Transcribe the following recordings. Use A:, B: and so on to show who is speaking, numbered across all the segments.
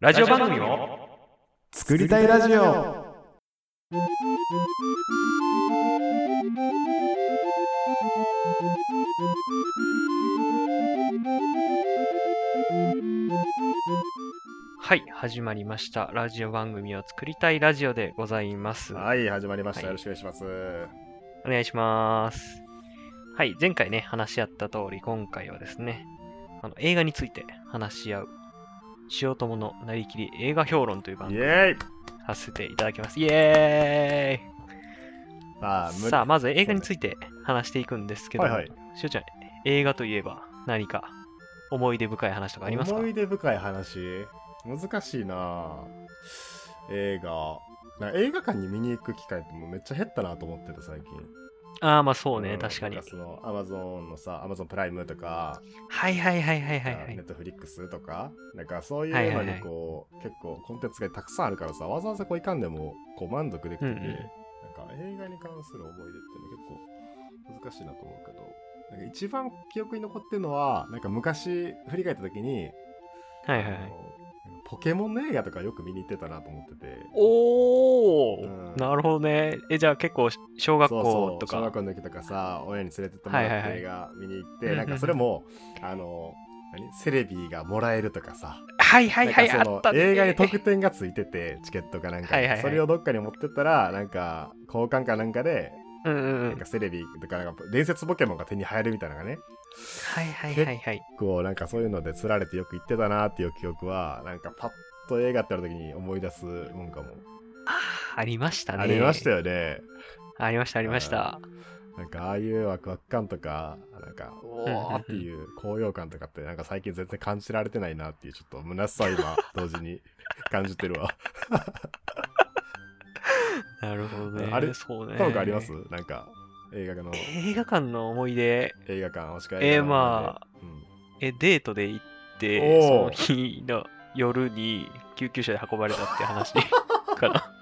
A: ラジオ番組を
B: 作りたいラジオ
A: はい、始まりました。ラジオ番組を作りたいラジオでございます。
B: はい始まりました、
A: はい
B: よろしくお願いします
A: お願いします。はい、前回ね、話し合った通り、今回はですね、あの映画について話し合う、塩友のなりきり映画評論という番
B: イ
A: 組を
B: エーイ
A: させていただきます。イエーイ
B: あー無理
A: さあ、まず映画について話していくんですけど、
B: はいはい
A: しおちゃん、映画といえば何か思い出深い話とかありますか
B: 思い出深い話難しいな映画なんか映画館に見に行く機会ってもうめっちゃ減ったなと思ってた最近
A: ああ、まあそうね、
B: ん
A: 確かに。
B: な
A: は
B: んそのアマゾンのさアマゾンプライムとか
A: いはいはいはいはい、はい
B: ネッ。トフリックスとかなんかそうい
A: はいうは
B: の
A: いはい
B: にこう、結構コンテンツがたくさんあるからさわざわざこういかんでもこう満足できてて、
A: うんうん
B: なんか映画に関する思い出っていうのは結構難しいなと思うけどなんか一番記憶に残ってるのはなんか昔振り返った時に、
A: はいはいは
B: あの
A: い。
B: ポケモンの映画とかよく見に行ってたなと思ってて。
A: おー、
B: うん
A: なるほどね。え、じゃあ結構、小学校と
B: そうそう小
A: か
B: 学。校の時とかさ親に連れてってもら
A: はいはい
B: っ
A: は
B: て
A: い
B: 映画見に行って、
A: うんうんうん
B: なんかそれもあの何セレビーがもらえるとかさ
A: はいはいはい、
B: な
A: あ
B: んかその
A: ったね。
B: 映画に特典がついててチケットかなんか、
A: はいはいはい
B: それをどっかに持ってったらなんか交換かなんかで、
A: うんうんう
B: なん
A: ん。
B: かセレビとかなんか伝説ポケモンが手に入るみたいなのがね
A: はいはいはいはい。
B: こうなんかそういうので釣られてよく行ってたなっていう記憶はなんかパッと映画ってある時に思い出すもんかも
A: あーありましたね。
B: ありましたよね
A: ありました、ありました。
B: なんかああいうワクワク感とかなんか
A: うんうん
B: お
A: う
B: ー
A: ん
B: っていう高揚感とかってなんか最近全然感じられてないなっていうちょっと虚しさを今同時に感じてるわ
A: なるほどね。
B: あれ
A: そうね。
B: トークありますなんか映画の
A: 映画館の思い出、
B: 映画館、もしくは
A: え
B: 映
A: ー
B: 画
A: ま
B: あ、うん
A: え、デートで行って、そ
B: お
A: の
B: ー
A: 日の夜に救急車で運ばれたって話かな。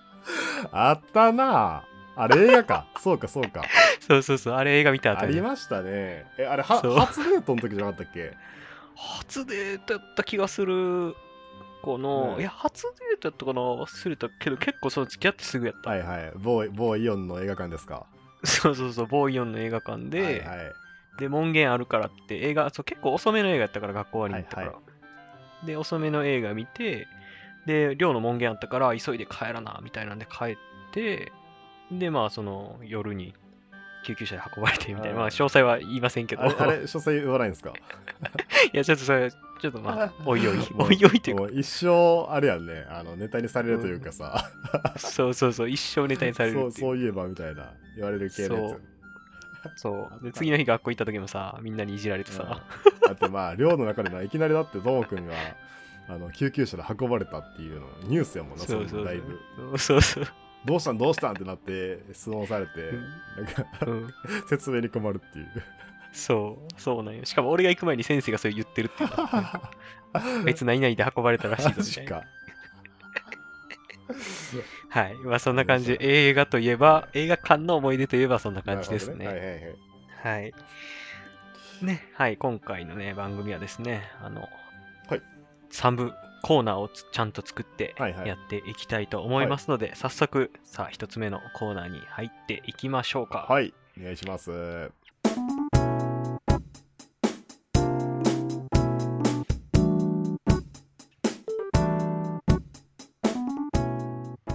B: あったなああれ映画か。そうか、そうか。
A: そうそうそう、あれ映画見た後
B: あ
A: に
B: りましたね。え、あれ、は
A: そう
B: 初デートの時じゃなかったっけ
A: 初デートやった気がする。この、
B: うん
A: いや、初デートやったかな忘れたけど、結構その付き合ってすぐやった。
B: はいはい。某某イオンの映画館ですか。
A: そうそうそう、ボーイオンの映画館で、
B: はいはい。
A: で、門限あるからって、映画、そう結構遅めの映画やったから、学校終わりに行ったから。
B: は
A: で、遅めの映画見て、で、寮の門限あったから、急いで帰らな、みたいなんで帰って、で、まあ、その、夜に救急車で運ばれて、みたいな、まあ、
B: はい
A: 詳細は言いませんけど、
B: あれ、 あ
A: い
B: れ、書言わないんですか、
A: や、ちょっとそれ、ちょっとまあ、おいおい おいおいというか
B: もう一生、あれやんね、あの、ネタにされるというかさ、
A: そうそうそう、一生ネタに されるっていう
B: そ、
A: う。
B: そういえばみたいな、言われる系のや
A: そう。
B: あ
A: で、次の日学校行った時もさ、みんなにいじられて
B: つ。
A: さ、
B: うんだってまあ、寮の中でないきなりだって、ともくんが、あの、救急車で運ばれたっていうの、ニュースやもんな、
A: そう
B: れ
A: そう
B: も
A: そ
B: だいうぶ。。
A: そうそう
B: どうしたんどうしたんってなって質問されて、なんか
A: そう。うん
B: 説明に困るっていう。
A: そう、そうなんよ。しかも俺が行く前に先生がそれ言ってるって いうのが。なんかあいつ何々で運ばれたらしいぞみた
B: 確
A: いな。
B: か。
A: はい。まあそんな感じで、映画といえば、映画館の思い出といえばそんな感じです
B: なる
A: ね。
B: ほどね
A: はい。ね、はい。今回のね、番組はですね、あの、
B: はい
A: 3部コーナーをつちゃんと作って
B: はいはい
A: やっていきたいと思いますので、早速、さあ、1つ目のコーナーに入っていきましょうか。
B: はいはいはい。はい、お願いします。は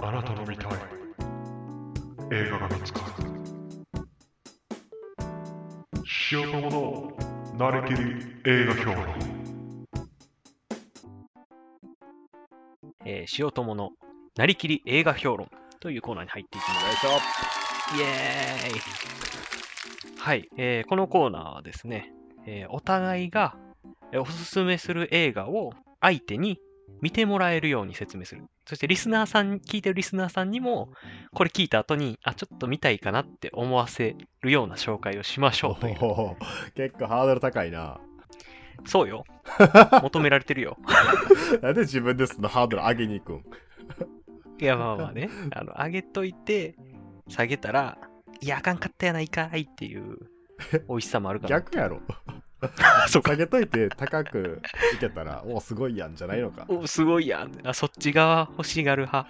C: あなたの見たい映画が見つかる塩友の慣れきり映画評論
A: えー、塩友のなりきり映画評論というコーナーに入っていきます。
B: いしょ。
A: イエーイはい、えーこのコーナーはですね、えーお互いがえーおすすめする映画を相手に見てもらえるように説明する。そしてリスナーさん、聞いてるリスナーさんにも、これ聞いた後に、あ、ちょっと見たいかなって思わせるような紹介をしましょうという。
B: おー結構ハードル高いな。
A: そうよ。求められてるよ。
B: なんで自分ですのハードル上げに行くん
A: いや、まあまあね。あの、上げといて、下 げたら、いや、あかんかったやないかいっていう、美味しさもあるから。
B: 逆やろ。
A: そうか
B: 下げといて高くいけたら、おすごいやんじゃないのか。
A: おすごいやんあそっち側欲しがる派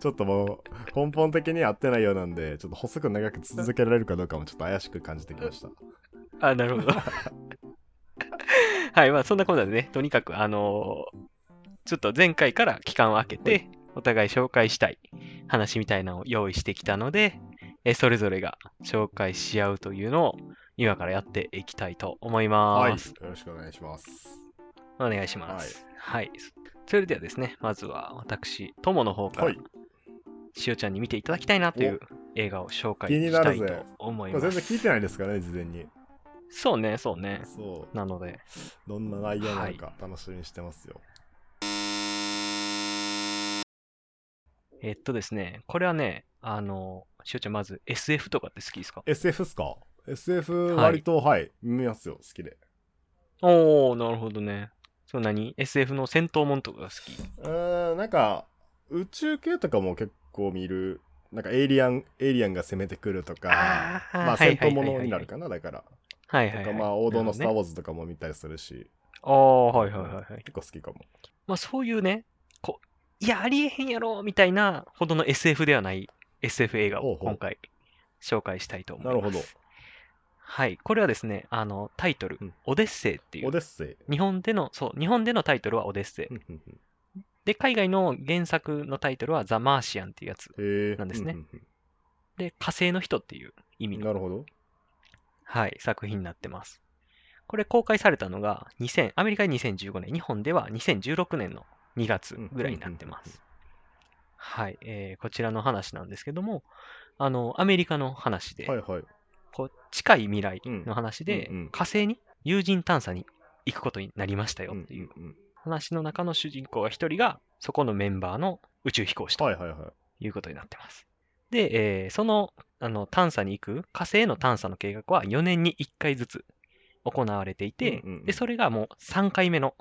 B: ちょっともう、根本的に合ってないようなんで、ちょっと細く長く続けられるかどうかもちょっと怪しく感じてきました。
A: あなるほど はいまあそんなことでねとにかくあのーちょっと前回から期間を空けてお互い紹介したい話みたいなのを用意してきたのでえそれぞれが紹介し合うというのを今からやっていきたいと思い
B: はい。
A: ま
B: よ
A: す、
B: ろしくお願いします。
A: お願いしますはい、それではですねまずは私友の方から、
B: はい。
A: しおちゃんに見ていただきたいなという映画を紹介
B: 気に
A: し
B: な
A: た
B: る
A: い
B: ぜ
A: と思い
B: これ
A: ま
B: 全
A: す。
B: 然聞いてないですからね、事前に。
A: そうね、そうね。
B: そう。
A: なので、
B: どんな内容なのか楽しみにしてますよ。
A: えっとですね、これはね、あの、しおちゃんまず SF とかって好きですか
B: SF っすか ?SF
A: はい
B: 割と、はい、見ますよ、好きで。
A: おー、なるほどね。そう何 ?SF の戦闘もんとかが好き。
B: うーん、なんか、宇宙系とかも結構見る。なんか、エイリアン、エイリアンが攻めてくるとか、
A: ー
B: まあ、
A: はい
B: 戦
A: はい
B: 闘
A: はい
B: も
A: はい
B: のになるかな、だから。
A: はいはいは
B: とか、
A: い。
B: まあ、王道のスター・
A: な
B: ウ
A: るほどね
B: ォーズとかも見たりするし、
A: あー、はいはいはいはい。
B: 結構好きかも。
A: まあそういうね、こう、いや、ありえへんやろみたいなほどの SF ではない SF 映画
B: ほう
A: を
B: ほう
A: 今回紹介したいと思いま
B: な
A: す。
B: るほど。
A: はい、これはですね、あのタイトル、
B: うん
A: オデッセイってい
B: オ
A: う、
B: デッセイ。
A: 日本での、そう、日本でのタイトルはオデッセイ。
B: うんうんうん
A: で、海外の原作のタイトルはザ・マーシアンっていうやつ。
B: へえ。
A: なんですね
B: うんうん
A: で、火星の人っていう意
B: う
A: 味
B: ん
A: の、
B: なるほど。
A: はい、作品になってます。これ公開されたのが2000、アメリカで2015年、日本では2016年の2月ぐらいになってま
B: うんうんうんうん
A: す。はい、えーこちらの話なんですけども、あの、アメリカの話で、
B: はいはい。
A: こう近い未来の話で、
B: うんうんうん
A: 火星に有人探査に行くことになりましたよっていう
B: うんうん
A: 話の中の主人公が一人がそこのメンバーの宇宙飛行士
B: うん
A: と
B: はいはいはい。
A: いうことになってます。で、えーそのあの探査に行く火星への探査の計画は4年に1回ずつ行われていて、
B: うんうんうん
A: でそれがもう3回目の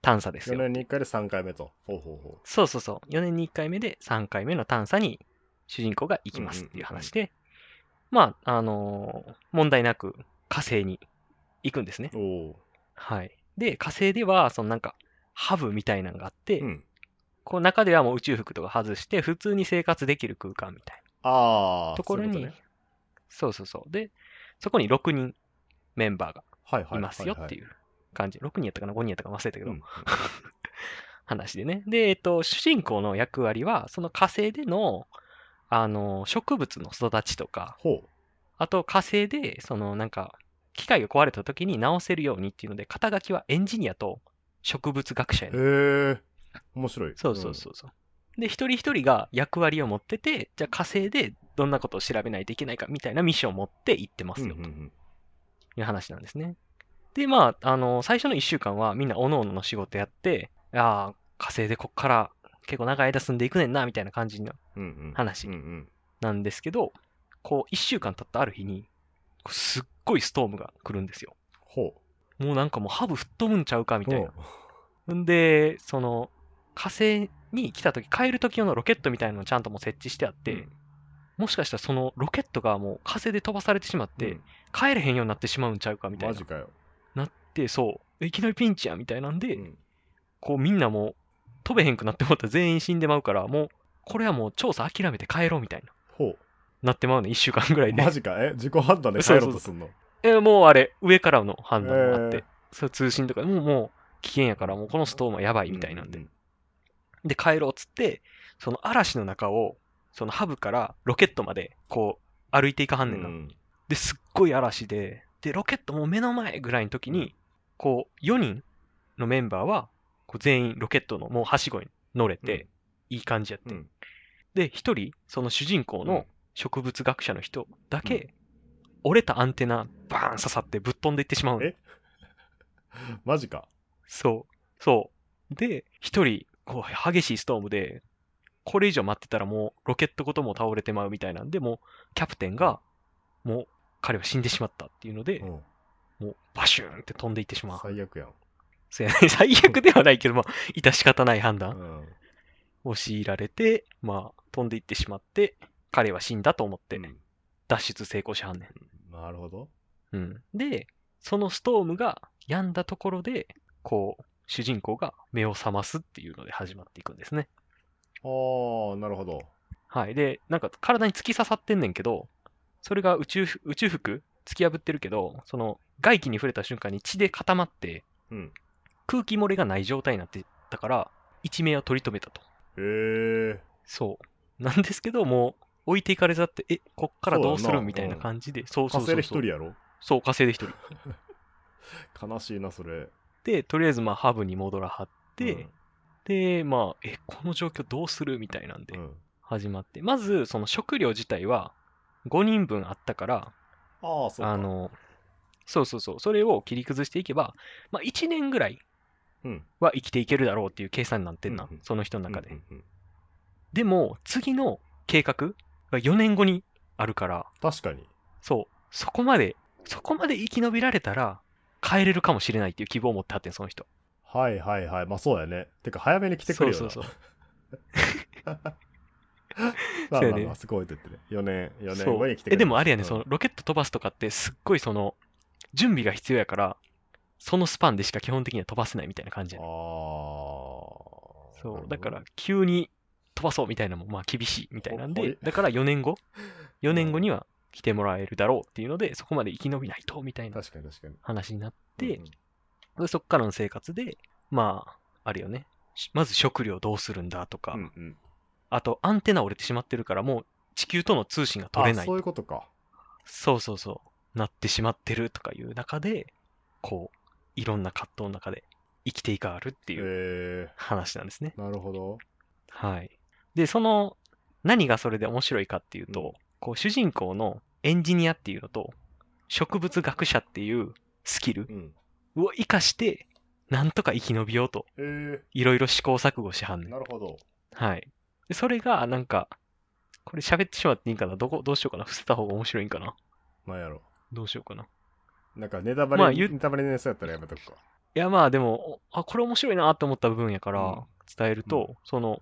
A: 探査です
B: 4
A: よ。
B: 年に1回で3回目と。ほうほうほ
A: そうそうそう4年に1回目で3回目の探査に主人公が行きますっていう話で、まああのー問題なく火星に行くんですね。
B: う。おお。
A: はい、で火星ではそのなんかハブみたいなのがあって、
B: うん。
A: こう中ではもう宇宙服とか外して普通に生活できる空間みたい
B: あ
A: な
B: あ。
A: ところに
B: そういうね
A: そうそうそうでそこに6人メンバーが
B: はいはいはいはい
A: いますよっていう感じ、6人やったかな5人やったか忘れたけど、
B: うん
A: 話でねで、えっと、主人公の役割はその火星でのあの植物の育ちとか
B: ほう。
A: あと火星でそのなんか機械が壊れた時に直せるようにっていうので肩書きはエンジニアと植物学者やね
B: へえ。面白い。
A: そうそうそうそう。で、一人一人が役割を持ってて、じゃあ火星でどんなことを調べないといけないかみたいなミッションを持って行ってます
B: うん。
A: よ
B: うんうんうん
A: という話なんですね。で、まあ、あの、最初の1週間はみんな各々の仕事やって、ああ、火星でこっから結構長い間住んでいくねんなみたいな感じの
B: うんうん。
A: 話
B: うんうん。
A: なんですけど、こう、1週間経ったある日に、こうすっごいストームが来るんですよ。
B: ほ
A: もうなんかもうハブ吹っ飛ぶんちゃうかみ
B: う。
A: たいな
B: ほ。
A: んで、その、火星に来たとき、帰るとき用のロケットみたいなのをちゃんともう設置してあっ
B: う
A: て、
B: ん
A: もしかしたらそのロケットがもう火星で飛ばされてしまって、
B: うん
A: 帰れへんようになってしまうんちゃうかみたい
B: マ
A: な
B: ジ。かよ。
A: なって、そう、いきなりピンチやみたいなんで、
B: うん
A: こうみんなもう飛べへんくなってもったら全員死んでまうから、もう、これはもう調査諦めて帰ろうみたいな。
B: ほ
A: なってまうね、1週間ぐら
B: う。
A: いで
B: マ。ジか。え、自己判断で帰ろうとすんの。
A: えもうあれ、上からの判断があって、
B: へー
A: そう通信とかでもう、もう危険やから、もうこのストームはやばいみたいなんで
B: う。う
A: で帰ろうっつってその嵐の中をそのハブからロケットまでこう歩いていかはんねんな、
B: うん
A: ですっごい嵐ででロケットもう目の前ぐらいの時に、こう4人のメンバーはこう全員ロケットのもうはしごに乗れて、いい感じやって、
B: うん
A: で1人その主人公
B: うん
A: の植物学者の人だけ、
B: うん
A: 折れたアンテナバーン刺さってぶっ飛んでいってしまうの
B: えマジか。
A: そう。そう。で、一人、こう、激しいストームで、これ以上待ってたらもう、ロケットごとも倒れてまうみたいなんで、もう、キャプテンが、もう、彼は死んでしまったっていうので、
B: うん
A: もう、バシューンって飛んでいってしまう。
B: 最悪やん。
A: そうやね 最悪ではないけど、まあ、致し方ない判
B: う
A: 断
B: ん
A: を強いられて、まあ、飛んでいってしまって、彼は死んだと思って
B: う、ん
A: 脱出成功しはんねん。
B: なるほど。
A: うん、で、そのストームが病んだところで、こう、主人公が目を覚ますっていうので始まっていくんですね。
B: ああ、なるほど。
A: はい。で、なんか体に突き刺さってんねんけど、それが宇宙服、宇宙服突き破ってるけど、その外気に触れた瞬間に血で固まって、
B: うん。
A: 空気漏れがない状態になってたから、一命を取り留めたと。
B: へえ。
A: そう。なんですけど、もう置いていかれちゃって、え、こっからどうす
B: そうや
A: る
B: な
A: みたいな感じで、そうそうそう
B: 火
A: そ
B: 星
A: う。
B: で一人やろ
A: そう、火星で一人。
B: 悲しいな、それ。
A: で、とりあえずまあハブに戻らはって、
B: うん
A: で、まあ、え、この状況どうするみたいなんで
B: うん
A: 始まって、まずその食料自体は5人分あったから、
B: ああ、そうか。
A: あの、そうそうそう、それを切り崩していけば、まあ1年ぐらい
B: うん、
A: は生きていけるだろうっていう計算になってんな、
B: うんうん
A: その人の中で。
B: うんうんうん
A: でも、次の計画が4年後にあるから、
B: 確かに。
A: そう、そこまで、そこまで生き延びられたら、帰れるかもしれないっていう希望を持ってはってん、その人。
B: はいはいはい。まあそうやね。てか、早めに来てくれよな。
A: そうそうそう。そうや
B: まあまあ
A: ね
B: まあ、すごいと言ってね。4年、四年
A: そう
B: 後に来てくれ
A: えでもあれやね、
B: うん
A: そのロケット飛ばすとかってすっごいその準備が必要やからそのスパンでしか基本的には飛ばせないみたいな感じやね
B: ああ。
A: そ
B: なるほ
A: う
B: ど
A: だから、急に飛ばそうみたいなのもまあ厳しいみたいなん
B: ほほい
A: でだから4年 後4年後には来てもらえるだろうっていうのでそこまで生き延びないとみたいな
B: 確かに確かに。
A: 話になっ
B: う
A: て
B: んうん、
A: でそっからの生活でまああれよねしまず食料どうするんだとか、
B: うんうん
A: あとアンテナ折れてしまってるからもう地球との通信が取れな
B: あ
A: い
B: そういうことか。
A: そうそうそう、なってしまってるとかいう中で、こう、いろんな葛藤の中で生きていかはるって
B: へ
A: いう
B: え
A: 話なんですね。
B: なるほど。
A: はい。で、その、何がそれで面白いかっていうと、
B: うん
A: こう、主人公のエンジニアっていうのと、植物学者っていうスキル
B: うん。
A: を活かして、なんとか生き延びようと、
B: へえ
A: いろいろ試行錯誤しはんねん
B: なるほど。
A: はい。でそれが、なんか、これ喋ってしまっていいんかなどこ、どうしようかな伏せた方が面白いんかな
B: なんやろ。
A: どうしようかな
B: なんか、ネタバレ、
A: まあ言う
B: ネタバレのやつやったらやめとくか。
A: いやまあでも、おあ、これ面白いなと思った部分やか
B: うん
A: ら伝えると、その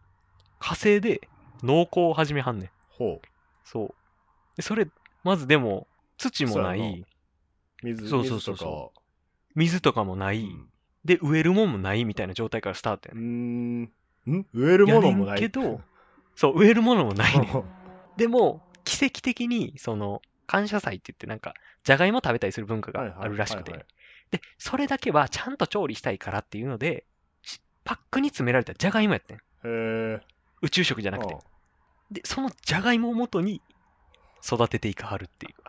A: 火星で農耕を始めはんねん。
B: ほう。
A: そう。でそれ、まずでも土もな
B: そうや
A: い、
B: 水、
A: そうそうそう
B: 水とか。
A: 水とかもない、で植えるもんもないみたいな状態からスタートや
B: う
A: ねん。
B: ん。うーんん植えるものもない。
A: やねんけど、そう、植えるものもない ねん。
B: う
A: でも、奇跡的に、その、感謝祭って言ってなんか、じゃがいも食べたりする文化
B: んはい
A: が
B: はい
A: あるらしくて、
B: はいはい
A: で、それだけはちゃんと調理したいからっていうので、しパックに詰められたじゃがいもやってん。
B: へえ。
A: 宇宙食じゃなくて。で、そのじゃがいもを元に育てていかはるっていう。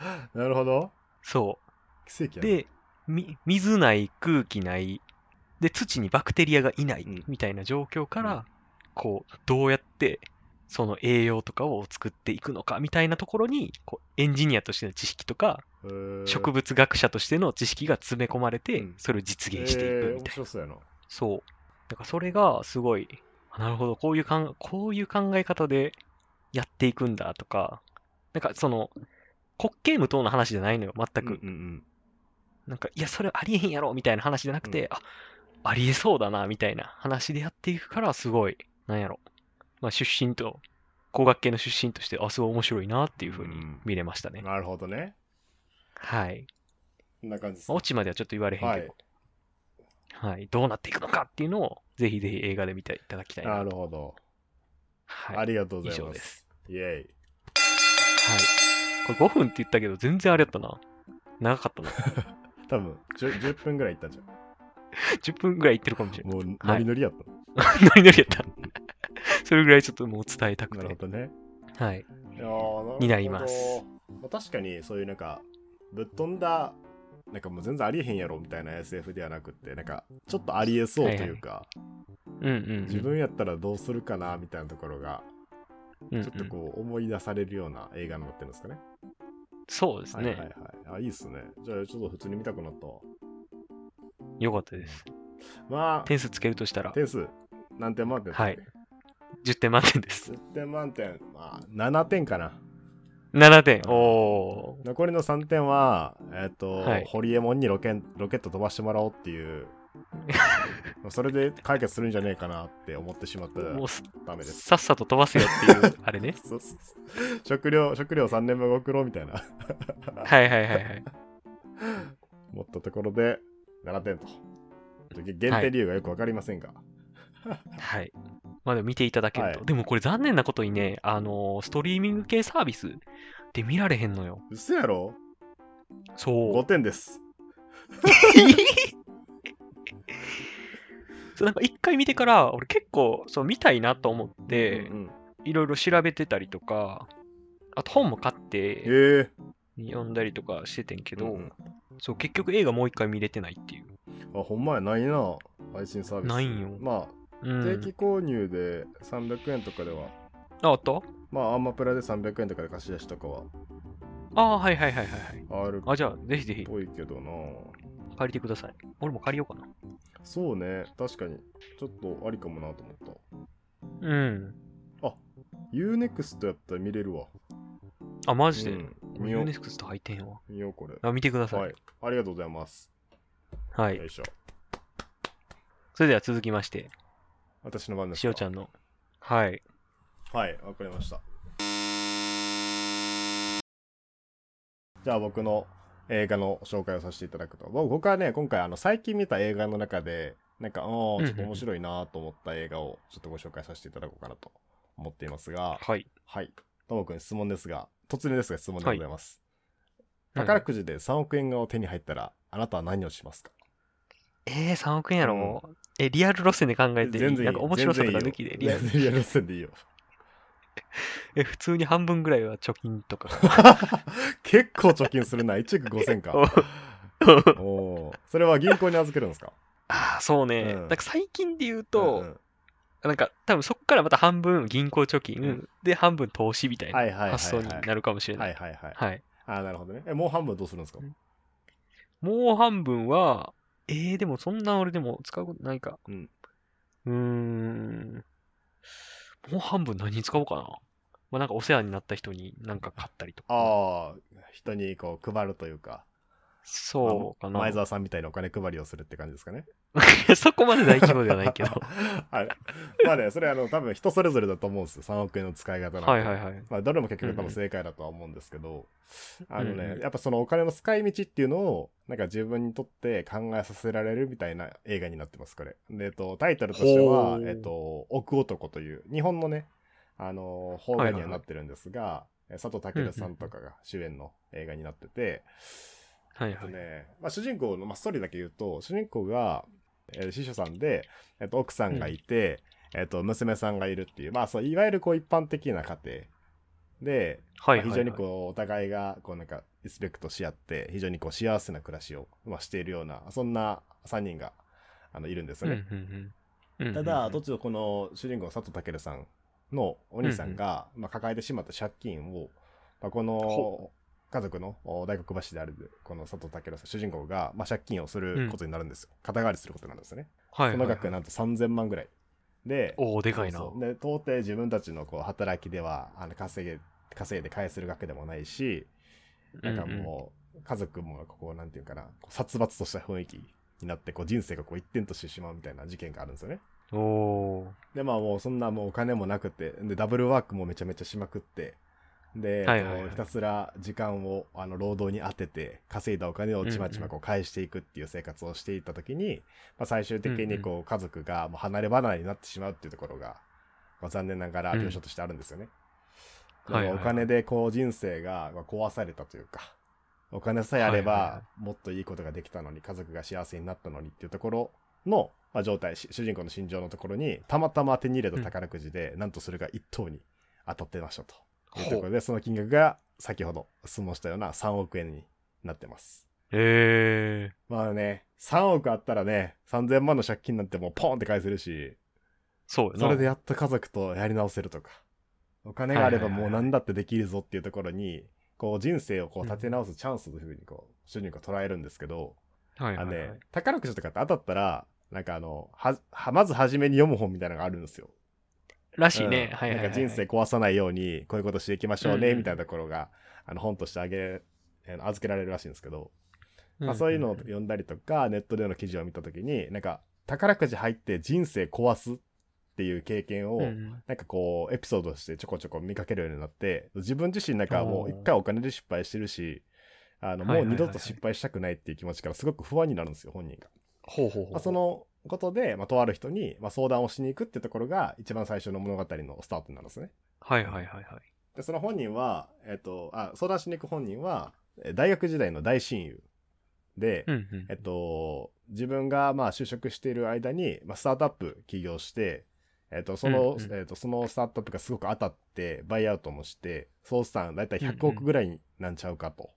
B: うんなるほど。
A: そ
B: 奇跡
A: う。
B: やね
A: で、み水ない、空気ない、で、土にバクテリアがいない
B: うん
A: みたいな状況から、
B: うん
A: こう、どうやって、その栄養とかを作っていくのかみたいなところに、こうエンジニアとしての知識とか、
B: へー
A: 植物学者としての知識が詰め込まれて
B: うん、
A: それを実現してい
B: へ
A: く
B: ー
A: み
B: 面
A: たいな。
B: 白そうやな。
A: そう。だからそれがすごい、あなるほど、こういうかん、こういう考え方でやっていくんだとか、なんかその、滑稽無糖の話じゃないのよ、全く。
B: うんうんうん
A: なんか、いや、それありえへんやろみたいな話じゃなくて、あ、ありえそうだな、みたいな話でやっていくから、すごい、なんやろ。まあ、出身と、工学系の出身として、あ、すごい面白いなっていうふうに
B: うん
A: 見れましたね。
B: なるほどね。
A: はい。
B: こんな感じです
A: まあオチまではちょっと言われへんけど、はい。どうなっていくのかっていうのを、ぜひぜひ映画で見ていただきたい
B: な
A: な。
B: るほど、
A: はい。
B: ありがとうござい
A: 以
B: ま
A: 上
B: す。
A: です
B: イェイ。
A: はい。これ5分って言ったけど、全然あれやったな。長かったな。
B: 多分じゅ 10, 分ぐらいいったんじゃ
A: 10分ぐらいいってるかもしれ
B: ん。
A: ない。
B: もうノリノリやった。
A: ノリノリやった。それぐらいちょっともう伝えたく
B: なる
A: て。
B: ほどね。
A: はい。
B: いやーなるほど
A: になります。
B: まあ、確かにそういうなんかぶっ飛んだなんかもう全然ありえへんやろみたいな SF ではなくってなんかちょっとありえそうというか、
A: うんうんうん。
B: 自分やったらどうするかなみたいなところが
A: うんうん
B: ちょっとこう思い出されるような映画になってるんですかね。
A: そうです
B: はいはいは
A: ね。
B: い。あいいっすね。じゃあちょっと普通に見たくなったわ。
A: よかったです。
B: ま
A: 点数つけるとしたら
B: あ、点数何点満点
A: はい。10点満点です
B: 10。点満点、まあ、7点かな。
A: 7点。おー。
B: 残りの3点は、えっ、と、
A: はい
B: ホリエモンにロケンロケット飛ばしてもらおうっていうまあ それで解決するんじゃねえかなって思ってしまったら
A: もうす
B: ダメです。
A: さっさと飛ばせよっていうあれね
B: そうそうそう食料、食料3年分送ろうみたいな。
A: はいはいはいはい
B: 思ったところで7点と。で限定理由がよくわかりませんが。
A: はいまあでも見ていただけると、
B: はい
A: でもこれ残念なことにねあのーストリーミング系サービスで見られへんのよ
B: 嘘やろ
A: そう
B: ?5 点です。
A: そうなんか一回見てから俺結構そう見たいなと思って
B: うんうん
A: いろいろ調べてたりとかあと本も買って
B: えー
A: 読んだりとかしててんけど、
B: うんうん
A: そう結局映画もう一回見れてないっていう、
B: あ、ほんまやないな。配信サービス。
A: ないんよ
B: ま
A: う
B: あ、
A: ん
B: 定期購入で300円とかでは、
A: ああった
B: まあ、アンマプラで300円とかで貸し出しとかは
A: ああはいはいはいはいはい
B: ある
A: あじゃあぜひぜひ
B: っぽいけどな。
A: 借りてください俺も借りようかな
B: そうね、確かに。ちょっとありかもなと思った。
A: うん。
B: UNEXT やったら見れるわ。
A: あ、マジで。
B: うん見
A: ミ
B: よ
A: オ
B: う
A: ネ、スクスと入ってへんわ。
B: 見ようこれ。
A: あ、見てください。は
B: はいい。。ありがとうございます。よいしょ。
A: それでは続きまして、
B: 私の番ですか。
A: しおちゃんの。はい。
B: はい、わかりました。じゃあ僕の映画の紹介をさせていただくと。僕僕はね、今回あの最近見た映画の中で、なんか、お
A: うんう
B: ー
A: ん
B: ちょっと面白いなと思った映画をちょっとご紹介させていただこうかなと思っていますが、
A: はい。
B: はい。ともくん質問ですが、突然ですが質問でございます。
A: はい
B: 宝くじで3億円が手に入ったら、あなたは何をしますか
A: えー、3億円やろ、え、リアル路線で考えていい
B: 全然いいよ
A: なんか面白さとか抜きで、
B: い
A: リア
B: や、
A: ル。
B: リアル線でいいよ。
A: え、普通に半分ぐらいは貯金 とか。
B: 結構貯金するな。1億5000か。おーそれは銀行に預けるんですか
A: ああ、そうね。
B: うん
A: なんか最近で言うと、
B: うんうん
A: なんか多分そこからまた半分銀行貯金、
B: うん
A: で半分投資みたい
B: はい
A: な
B: はいはいはい
A: 発想になるかもしれな。
B: はいいはいはい。
A: はい。
B: ああ、なるほどね。え、もう半分どうするんですか
A: もう半分は、えー、でもそんな俺でも使うことないか。
B: うん。
A: うーん。もう半分何に使おうかな。まあなんかお世話になった人になんか買ったりとか。
B: ああ、人にこう配るというか、
A: そうかな。
B: 前澤さんみたいなお金配りをするって感じですかね。
A: そこまで大規模ではない けど。
B: はい。まあね、それあの、多分人それぞれだと思うんですよ。3億円の使い方なんて
A: はいはいはい。
B: まあ、どれも結局
A: うんう
B: 多
A: ん
B: 分正解だとは思うんですけど、あのね、
A: うんうん
B: やっぱそのお金の使い道っていうのを、なんか自分にとって考えさせられるみたいな映画になってます、これ。で、えっと、タイトルとして
A: ほ
B: は、
A: う
B: えっと、奥男という、日本のね、あの、邦画にはなってるんですが、え佐藤健さんとかが主演の映画になってて、
A: はい
B: えっと
A: はい。
B: ね、まあ、主人公の、まあ、ストーリーだけ言うと、主人公が、えー司書さんで、えっと、奥さんがいて、えっと、娘さんがいるっていう、まあ、そう、いわゆるこう一般的な家庭で、
A: はいはい、
B: まあ非常にこうお互いがこうなんかリスペクトし合って非常にこう幸せな暮らしを、まあ、しているようなそんな3人があのいるんです
A: うん
B: よ
A: うんう
B: ね、
A: ん。うんうんうん
B: ただ途中この主人公の佐藤健さんのお兄さんが、まあ、抱えてしまった借金を、まあ、この
A: ほ
B: 家族のお大黒柱であるこの佐藤健さん主人公が、まあ、借金をすることになるんですよ、肩代わりすることになるんですよね、
A: はいはい
B: その額なんと3000万ぐらいで
A: おお、でかいな。
B: そうそうで到底自分たちのこう働きではあの稼げ稼いで返せる額でもないしなんか
A: うんうん
B: もう、家族もこうなんていうかなこう殺伐とした雰囲気になってこう人生がこう一点としてしまうみたいな事件があるんですよね。
A: おー
B: でまあもうそんなもうお金もなくてでダブルワークもめちゃめちゃしまくってで、
A: はいはいはい
B: こうひたすら時間をあの労働に当てて稼いだお金をちまちまこう返していくっていう生活をしていた時に、まあ、最終的にこう家族がもう離れ離れになってしまうっていうところが、まあ、残念ながら
A: うん
B: 描写としてあるんですよね。で
A: はいはいは
B: まあお
A: い
B: 金でこう人生がまあ壊されたというかお金さえあ
A: は
B: れ
A: いはいは
B: ばもっといいことができたのに家族が幸せになったのにっていうところの、まあ、状態し主人公の心情のところにたまたま手に入れた宝くじで、なんとそれが1等に当たってましたというところでその金額が先ほど質問したような3億円になってます
A: えー、
B: まあね3億あったらね3000万の借金なんてもうポンって返せるし
A: そうやな。
B: それでやっと家族とやり直せるとかお金があれば
A: はいはいはい
B: もう何だってできるぞっていうところにこう人生をこう立て直すチャンスというふうにこう主人公は捉えるんですけど、
A: はいは
B: あ
A: い
B: の
A: はい、
B: ね、宝くじとかって当たったら、なんかあの、は、はまず初めに読む本みたいなのがあるんですよ。
A: らしいね。
B: うん
A: はいはいはい、
B: なんか人生壊さないように、こういうことしていきましょう
A: うん
B: ね、
A: うん
B: みたいなところが、あの、本としてあげ、あの預けられるらしいんですけど、
A: うんんん
B: まあ、そういうのを読んだりとか、ネットでの記事を見たときに、なんか、宝くじ入って人生壊すっていう経験を、
A: うん
B: なんかこう、エピソードとしてちょこちょこ見かけるようになって、自分自身なんかも
A: お
B: う
A: ー
B: 一回お金で失敗してるし、あ
A: はい
B: の、もう
A: はいはい
B: 二度と失敗したくないっていう気持ちからすごく不安になるんですよ、本人が。
A: ほうほうほ
B: まあ、
A: う。
B: そのことで、まあ、とある人に、まあ、相談をしに行くってところが、一番最初の物語のスタートになるんですね。
A: はいはいはいはい。
B: で、その本人は、えっと、あ、相談しに行く本人は、えー大学時代の大親友で、
A: うんうん
B: えっと、自分がまあ就職している間に、まあ、スタートアップ起業して、えっと、その、
A: うんうん
B: えっと、そのスタートアップがすごく当たって、バイアウトもして、総資産大体100億ぐらいになんちゃうかと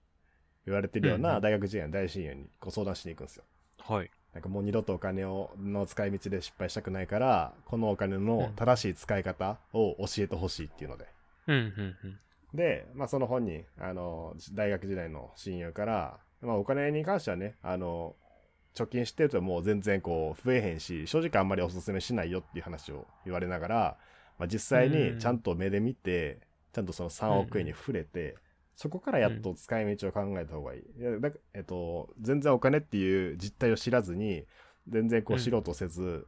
B: 言われてるよ
A: う
B: う
A: んう
B: なん大学時代の大親友にご相談しに行くんですよ。
A: はい。
B: なんかもう二度とお金をの使い道で失敗したくないから、このお金の正しい使い方を教えてほしいっていうので。
A: うんうんうん。
B: で、まあ、その本人、あの、大学時代の親友から、まあ、お金に関してはね、あの、貯金してるともう全然こう増えへんし、正直あんまりおすすめしないよっていう話を言われながら、まあ、実際
A: う
B: に
A: ん
B: ちゃんと目で見て、ちゃんとその3億円に触れて、そこからやっと使い道を考えた方がいい。いやだえっと、全然お金っていう実態を知らずに、全然こう
A: うん
B: 知ろうとせず、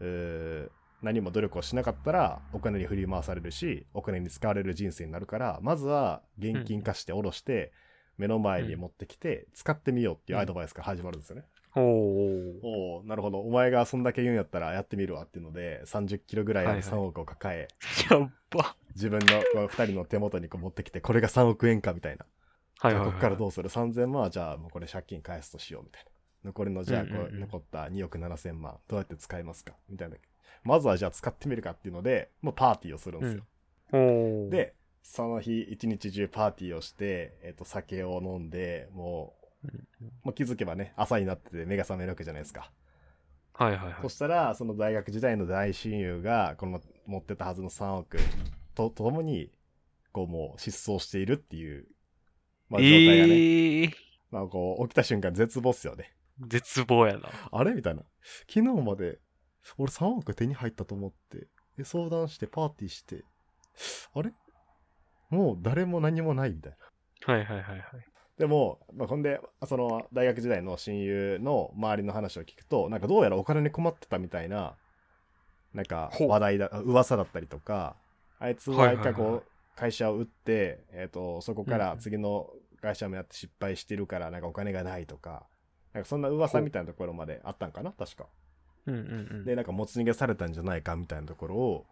B: えー何も努力をしなかったらお金に振り回されるし、お金に使われる人生になるから、まずは現金化して下ろして、目の前に持ってきて、使ってみようっていうアドバイスが始まるんですよね。
A: おー
B: おおなるほど。お前がそんだけ言うんやったらやってみるわっていうので、30キロぐらいあ
A: は
B: る
A: いはい
B: 3億を抱え、
A: やっば。
B: 自分のこの2人の手元にこう持ってきて、これが3億円かみたいな。
A: はい
B: じゃ
A: は
B: あ
A: いは
B: こ
A: い。
B: こからどうする ?3000 万はじゃあもうこれ借金返すとしようみたいな。残りのじゃあこ
A: うんうん
B: う
A: うん
B: 残った2億7000万どうやって使いますかみたいな。まずはじゃあ使ってみるかっていうので、もうパーティーをするんですよ。
A: おー、
B: で、その日一日中パーティーをして、えっと酒を飲んで、もう
A: うん、
B: もう気づけばね、朝になってて目が覚めるわけじゃないですか。
A: はいはいはい。
B: そしたら、その大学時代の大親友が、この持ってたはずの3億と、ともに、こうもう失踪しているっていう、まあ状態がね、
A: えー、
B: まあこう、起きた瞬間絶望っすよね。
A: 絶望やな。
B: あれみたいな。昨日まで、俺3億手に入ったと思って、で相談してパーティーして、あれもう誰も何もないみたいな。
A: はいはいはいはい。
B: でも、まあ、ほんで、その大学時代の親友の周りの話を聞くと、なんかどうやらお金に困ってたみたいな、なんか
A: ほう
B: 話題だ、噂だったりとか、あいつ
A: は
B: はい一
A: はいはい
B: 回こう、会社を売って、えっ、と、そこか
A: うん
B: ら
A: うん
B: 次の会社もやって失敗してるから、なんかお金がないとか、なんかそんな噂みたいなところまであったんかな、確か。
A: うんうんうん。
B: で、なんか持ち逃げされたんじゃないかみたいなところを、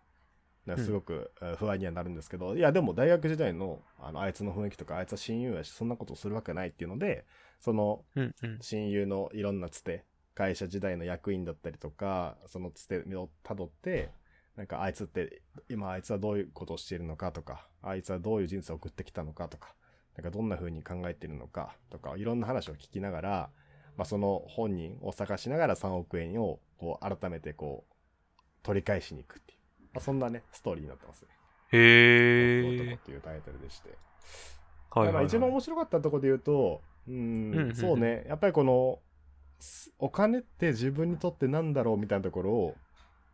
B: なんかすごくえー不安にはなるんですけど、いや、でも大学時代のあのあいつの雰囲気とか、あいつは親友やし、そんなことするわけないっていうので、その
A: うんうん。
B: 親友のいろんなつて、会社時代の役員だったりとか、そのつてをたどって、なんかあいつって、今あいつはどういうことをしているのかとか、あいつはどういう人生を送ってきたのかとか、なんかどんな風に考えているのかとか、いろんな話を聞きながら、まあ、その本人を探しながら3億円をこう改めてこう取り返しに行くっていう、まあ、そんなね、ストーリーになってますね。
A: へ
B: 男
A: え。
B: っていうタイトルでして。
A: はいはい、
B: ま
A: は
B: あ
A: い。
B: 一番面白かったところで言うと、うん
A: うんうんうん
B: そうね、やっぱりこの、すお金って自分にとってなんだろうみたいなところを、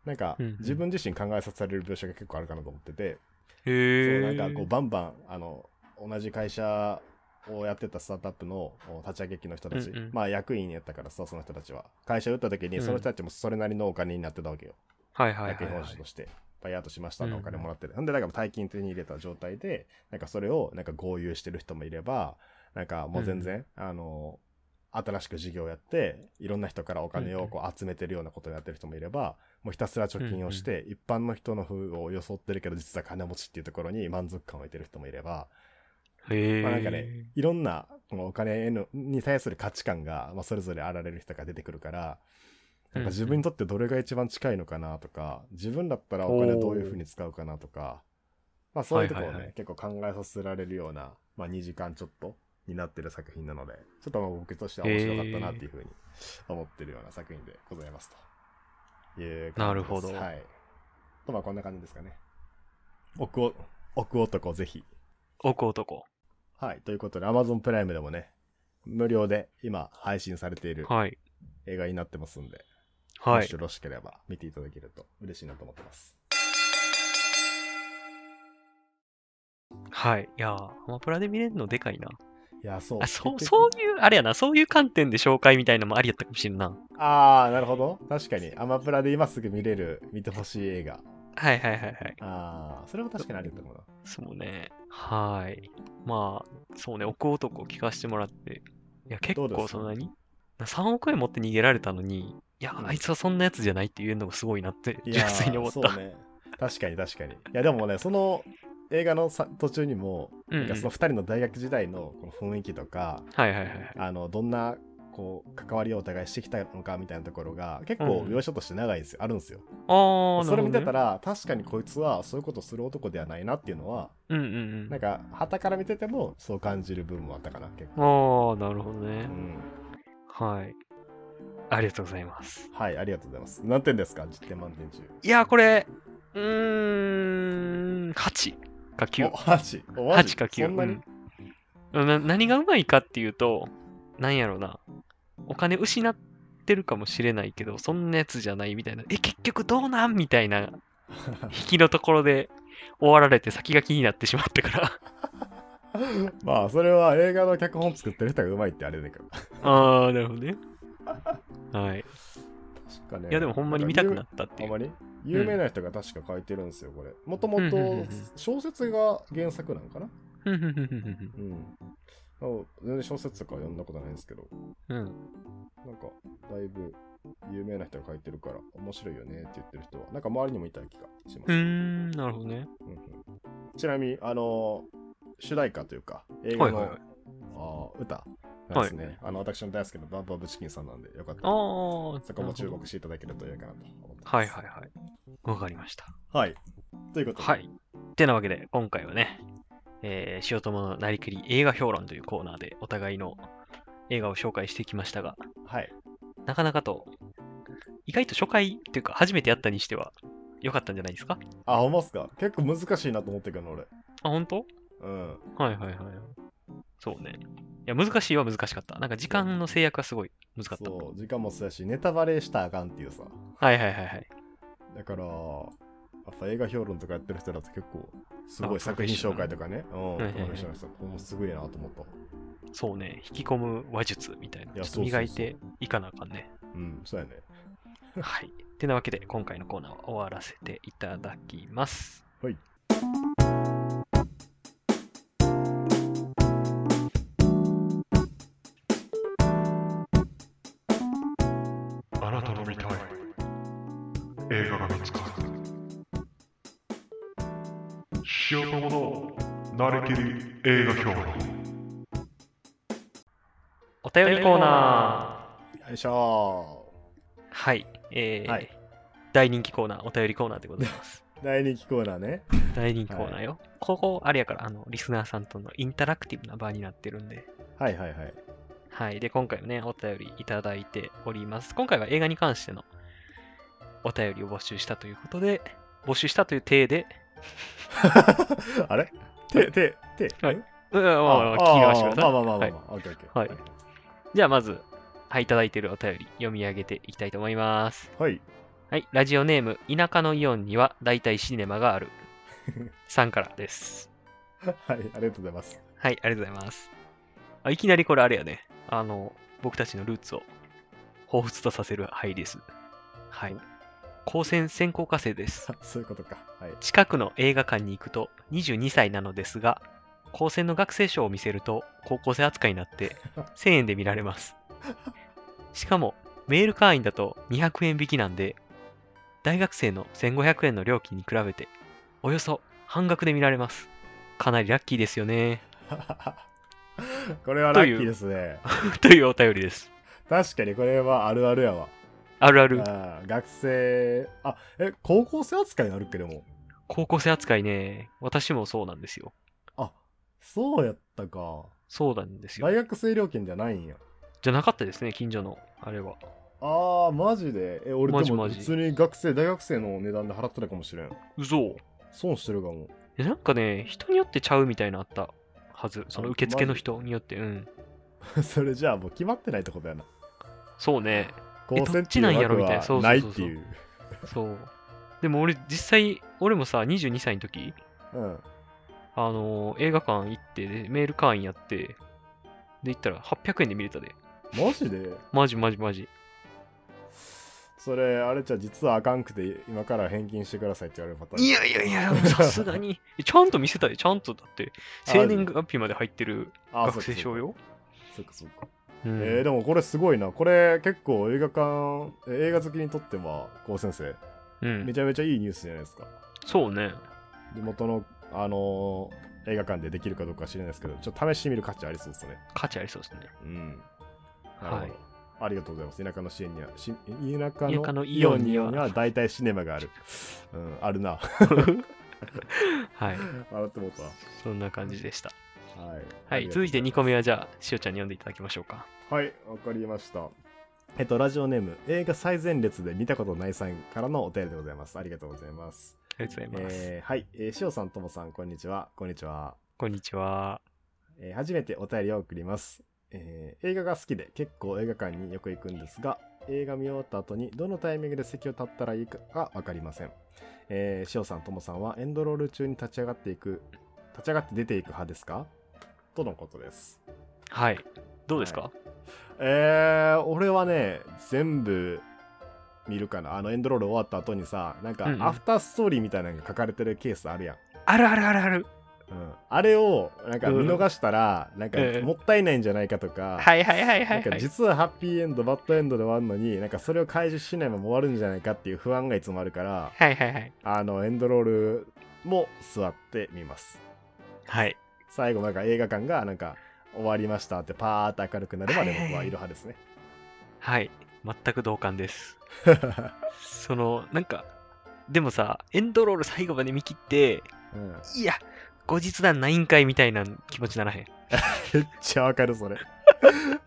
B: なんか
A: うんうん
B: 自分自身考えさせられる描写が結構あるかなと思ってて、
A: へ
B: そう
A: え。
B: なんかこうバンバン、あの、同じ会社をやってたスタートアップのお立ち上げ機の人たち、
A: うんうん
B: まあ役員やったからさ、その人たちは。会社を打った時に
A: うん
B: その人たちもそれなりのお金になってたわけよ。
A: はいはい
B: 役
A: は
B: 員
A: い、はい
B: 報酬。として、バイアウトしましたの
A: うん
B: お金もらってる。なんで、なんか大金手に入れた状態で、なんかそれをなんか合流してる人もいれば、なんかもう全然、あの、新しく事業をやって、いろんな人からお金
A: うん
B: を
A: うん
B: こう集めてるようなことをやってる人もいれば、もうひたすら貯金をして、一般の人の風を装ってるけど、実は金持ちっていうところに満足感を得てる人もいれば、
A: へえ。
B: まあなんかね、いろんなこのお金へのに対する価値観が、まあ、それぞれあられる人が出てくるから、なんか自分にとってどれが一番近いのかなとか、自分だったらお金どういうふうに使うかなとか、まあそういうところをね、
A: はいはいは
B: 結構考えさせられるような、まあ2時間ちょっとになってる作品なので、ちょっとまあ僕としては面白かったなっていうふうに思ってるような作品でございますと。いう感じです
A: なるほど
B: はい。とまあこんな感じですかね。奥を、奥男ぜひ
A: 奥男。
B: はい。ということで、Amazon プライムでもね、無料で今配信されている
A: はい。
B: 映画になってますんで、
A: は
B: も
A: い
B: し。よろしければ見ていただけると嬉しいなと思ってます。
A: はい。いやー、アマプラで見れるのでかいな。
B: いや、そう。
A: あそう
B: 結
A: そう
B: 局
A: いう、あれやな、そういう観点で紹介みたいなのもありやったかもしれんな。
B: ああ、なるほど。確かに。アマプラで今すぐ見れる、見てほしい映画。
A: はいはいはいはい。
B: ああ、それも確かにありだと思うな。
A: そうね。はい。まあ、そうね、奥男を聞かせてもらって。いや、結
B: どうで
A: 構
B: すか
A: そんなに ?3 億円持って逃げられたのに、いや
B: う、ん
A: あいつはそんなやつじゃないっていうのがすごいなって、
B: い
A: 純
B: や
A: 粋に思
B: ー
A: っ
B: そ
A: た。
B: うね。確かに確かに。いや、でもね、その映画のさ途中にも、
A: うんうん
B: なんかその2人の大学時代のこの雰囲気とか、
A: はいはいはいはい。
B: あのどんなこう関わりをお互いしてきたのかみたいなところが結構
A: うん
B: 描写として長いんですよ、あるんですよ。
A: あー、
B: それ見て
A: ら、
B: たら、確かにこいつはそういうことする男ではないなっていうのは、
A: うんうんうん。
B: なんか旗から見ててもそう感じる部分もあったかな、結
A: あ
B: 構。
A: ー、なるほど
B: う
A: ね。
B: ん、
A: はい。ありがとうございます。
B: はい、ありがとうございます。何点ですか ?10 点満点中。
A: いや、これ、うーん、8か9
B: お。8。おマジ
A: 8か9。
B: そんなに、
A: うんな何がうまいかっていうと、なんやろな。お金失ってるかもしれないけど、そんなやつじゃないみたいな。え、結局どうなんみたい な引きのところで終わられて先が気になってしまったから。
B: まあ、それは映画の脚本作ってる人がうまいってあれだけど。
A: あー、なるほどね。はい。
B: 確かね。
A: いや、でもほんまに見たくな
B: っ
A: ったって
B: た。
A: い
B: あ
A: う。
B: まり有名な人が確か書いてるんですよ、これ。もとも
A: うんうんうんう
B: と
A: ん
B: 小説が原作なんかな
A: ふんふんふんふんふん
B: うん。あの全然小説とか読んだことないんですけど、
A: うん。
B: なんか、だいぶ有名な人が書いてるから、面白いよねって言ってる人は、なんか周りにもいた気がし
A: うー
B: ます。
A: ん、なるほどね。
B: うんうんちなみに、あのー主題歌というか、映
A: は
B: 画
A: い
B: の、
A: はいはい。
B: あー歌なんですね、あの私の大好きなバンパーブチキンさんなんで、よかった
A: あ
B: ら
A: ー、
B: そこも注
A: なるほ
B: 目していただけるといいかなと思って
A: ど
B: ます。
A: はいはいはい。わかりました。
B: はい。ということで、
A: はい。てなわけで、今回はね、えー、塩友のなりきり映画評論というコーナーでお互いの映画を紹介してきましたが、
B: はい。
A: なかなかと、意外と初回というか初めてやったにしては良かったんじゃないですか
B: あ、ほんまっすか結構難しいなと思ってるけど、俺。
A: あ、本当
B: うん。
A: はいはいはい。そうね。いや、難しいは難しかった。なんか時間の制約がすごい難かった。
B: そう、時間もそうやし、ネタバレしたらあかんっていうさ。
A: はいはいはいはい。
B: だから、やっぱ映画評論とかやってる人だと結構、すご
A: あ
B: い作品紹介とかね、うん、プ
A: はいはいはい
B: ロフェッショナルさ、ほんますごいなと思った。
A: そうね。引き込む話術みたいな。
B: いや
A: ちょっ
B: そうそう
A: と
B: そ
A: 磨
B: う
A: いていかなあかんね。
B: うん、そうやね。
A: はい。てなわけで、今回のコーナーは終わらせていただきます。
B: はい。
C: あなたの見たい映画が見つかる塩友のなりきり映画評論
A: お便りコーナ
B: よいしょ
A: ーはい、えー
B: はい
A: 大人気コーナー、お便りコーナーでござい ます。
B: ー。大人気コーナーね。
A: 大人気コーナーよ。ここ、あれやから、あの、リスナーさんとのインタラクティブな場になってるんで、
B: はいはいはい。
A: はい。で、今回もね、お便りいただいております。今回は映画に関してのお便りを募集したということで、募集したという体で、
B: あれ手、手、手。
A: はい
B: ん。
A: うん、まあまあまあ、聞き
B: あ
A: 流してください
B: まあまあまあま
A: は
B: あ
A: い
B: まあ。オッケーオッケー。
A: はいじゃあ、まず、はい、いただいているお便り、読み上げていきたいと思います。
B: はい。
A: はい、ラジオネーム、田舎のイオンには大体シネマ がある。さんからです。
B: はい、 ありがとうございます。
A: はい、ありがとうございます。あいきなりこれあれやね。あの、僕たちのルーツを彷彿とさせる灰です。はい。高専専攻科生です
B: あ。そういうことか。はい。
A: 近くの映画館に行くと22歳なのですが、高専の学生証を見せると高校生扱いになって1000円で見られます。しかも、メール会員だと200円引きなんで、大学生の1500円の料金に比べて、およそ半額で見られます。かなりラッキーですよね。
B: これはラッキーですね。
A: というお便りです。
B: 確かにこれはあるあるやわ。
A: あるある。
B: あー学生、あ、え、高校生扱いになるけども。
A: 高校生扱いね、私もそうなんですよ。
B: あ、そうやったか。
A: そうなんですよ
B: 大。学生料金じゃないんや。
A: じゃなかったですね、近所の、あれは。
B: あー、マジで。え、俺
A: マジ
B: でも
A: マジ
B: 普通に学生、大学生の値段で払ってたかもしれん。
A: 嘘
B: 損してるかも。
A: えなんかね、人によってちゃうみたいなのあったはず。その受付の人によって、うん。
B: それじゃあもう決まってないってことやな。
A: そうね。
B: 高
A: どっ
B: 専って
A: ち
B: い
A: なん
B: う
A: やろ
B: 枠
A: みたいなそうそ
B: は
A: う
B: ないっ
A: そう
B: て
A: そう
B: いう。
A: そう。でも俺、実際、俺もさ、22歳の時、
B: うん。
A: あのー映画館行って、でメール会員やって、で、行ったら800円で見れたで。
B: マジで
A: マジマジマジ。
B: それ、あれじゃ実はあかんくて、今から返金してくださいって言われるパターン。
A: いやいやいや、 さすがに。ちゃんと見せたで、ちゃんとだって、生年月日まで入ってる
B: あ
A: 学生証。よ。
B: そっかそっか。
A: うん
B: えー、でもこれすごいな。これ結構映画館、え映画好きにとっては、こう先生、
A: うん
B: めちゃめちゃいいニュースじゃないですか。
A: そうね。
B: 地元の、あのー映画館でできるかどうかは知らないですけど、ちょっと試してみる価値ありそうですね。
A: 価値ありそうですね。
B: うん。
A: は
B: なる
A: い
B: ほ。どありがとうございます。田舎の支援には、し田舎
A: 田舎
B: の
A: の
B: イ
A: イ
B: オ
A: オ
B: ン
A: ン
B: に
A: には
B: は大体シネマがある。 うん、あるな。
A: はい。
B: 笑ってもうた。は
A: そんな感じでした。
B: い。
A: はい。続いて2個目
B: は。
A: は、じゃあ、しおちゃんに読んでいただきましょうか。
B: はい、わかりました。えっと、ラジオネーム、映画最前列で見たことないさんからのお便りでございます。ありがとうございます。
A: ありがとうございます。
B: えーはい、えー、しおさん、ともさん、こんにちは。こんにちは。
A: こんにちは。
B: えー初めてお便りを送ります、えー映画が好きで結構映画館によく行くんですが映画見終わった後にどのタイミングで席を立ったらいいかが分かりません、えー、塩さんともさんはエンドロール中に立ち上がっていく立ち上がって出ていく派ですかとのことです
A: はい。どうですか、
B: えー、俺はね全部見るかなあのエンドロール終わった後にさなんか
A: うんうん
B: アフターストーリーみたいなのが書かれてるケースあるやん
A: あるあるあるある。
B: うんあれをなんか見逃したら、なんか
A: ええ
B: もったいないんじゃないかとか、
A: はいはいはいは、
B: ないんか
A: はい。
B: 実はハッピーエンドバッドエンドで終わるのになんかそれを解除しないまま終わるんじゃないかっていう不安がいつもあるから
A: はいはいはい。
B: あのエンドロールも座ってみます
A: はい。
B: 最後なんか映画館がなんか終わりましたってパーっと明るくなるまで僕は色派ですね
A: はい。全く同感です。その、なんか、でもさ、エンドロール最後まで見切って、
B: うん
A: いや、後日談ないんかいみたいな気持ちならへん。
B: めっちゃわか るそれ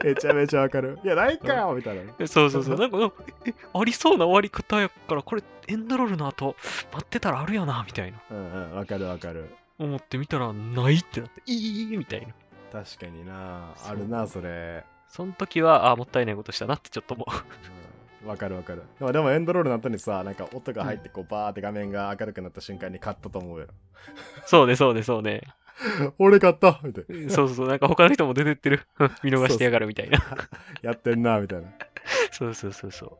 B: めちゃめちゃわかるいやないかよみたいな
A: そうそうそう。なんか、なんかええありそうな終わり方やから、これ、エンドロールの後、待ってたらあるよな、みたいな。
B: うんうんわかるわかる
A: 思ってみたら、ないってなって、いいみたいな。
B: 確かになあるなそれ
A: その時は、あーもったいないことしたなってちょっと思う。
B: うんわかるわかるでもでもエンドロールの後にさなんか音が入ってこうバーって画面が明るくなった瞬間に買ったと思うよ
A: そうね、そうね、そうね。
B: 俺買ったみたい
A: そうそうそう。なんか他の人も出てってる。 見逃してやがるみたいな。
B: な。やってんな、みたいな。
A: そうそうそうそ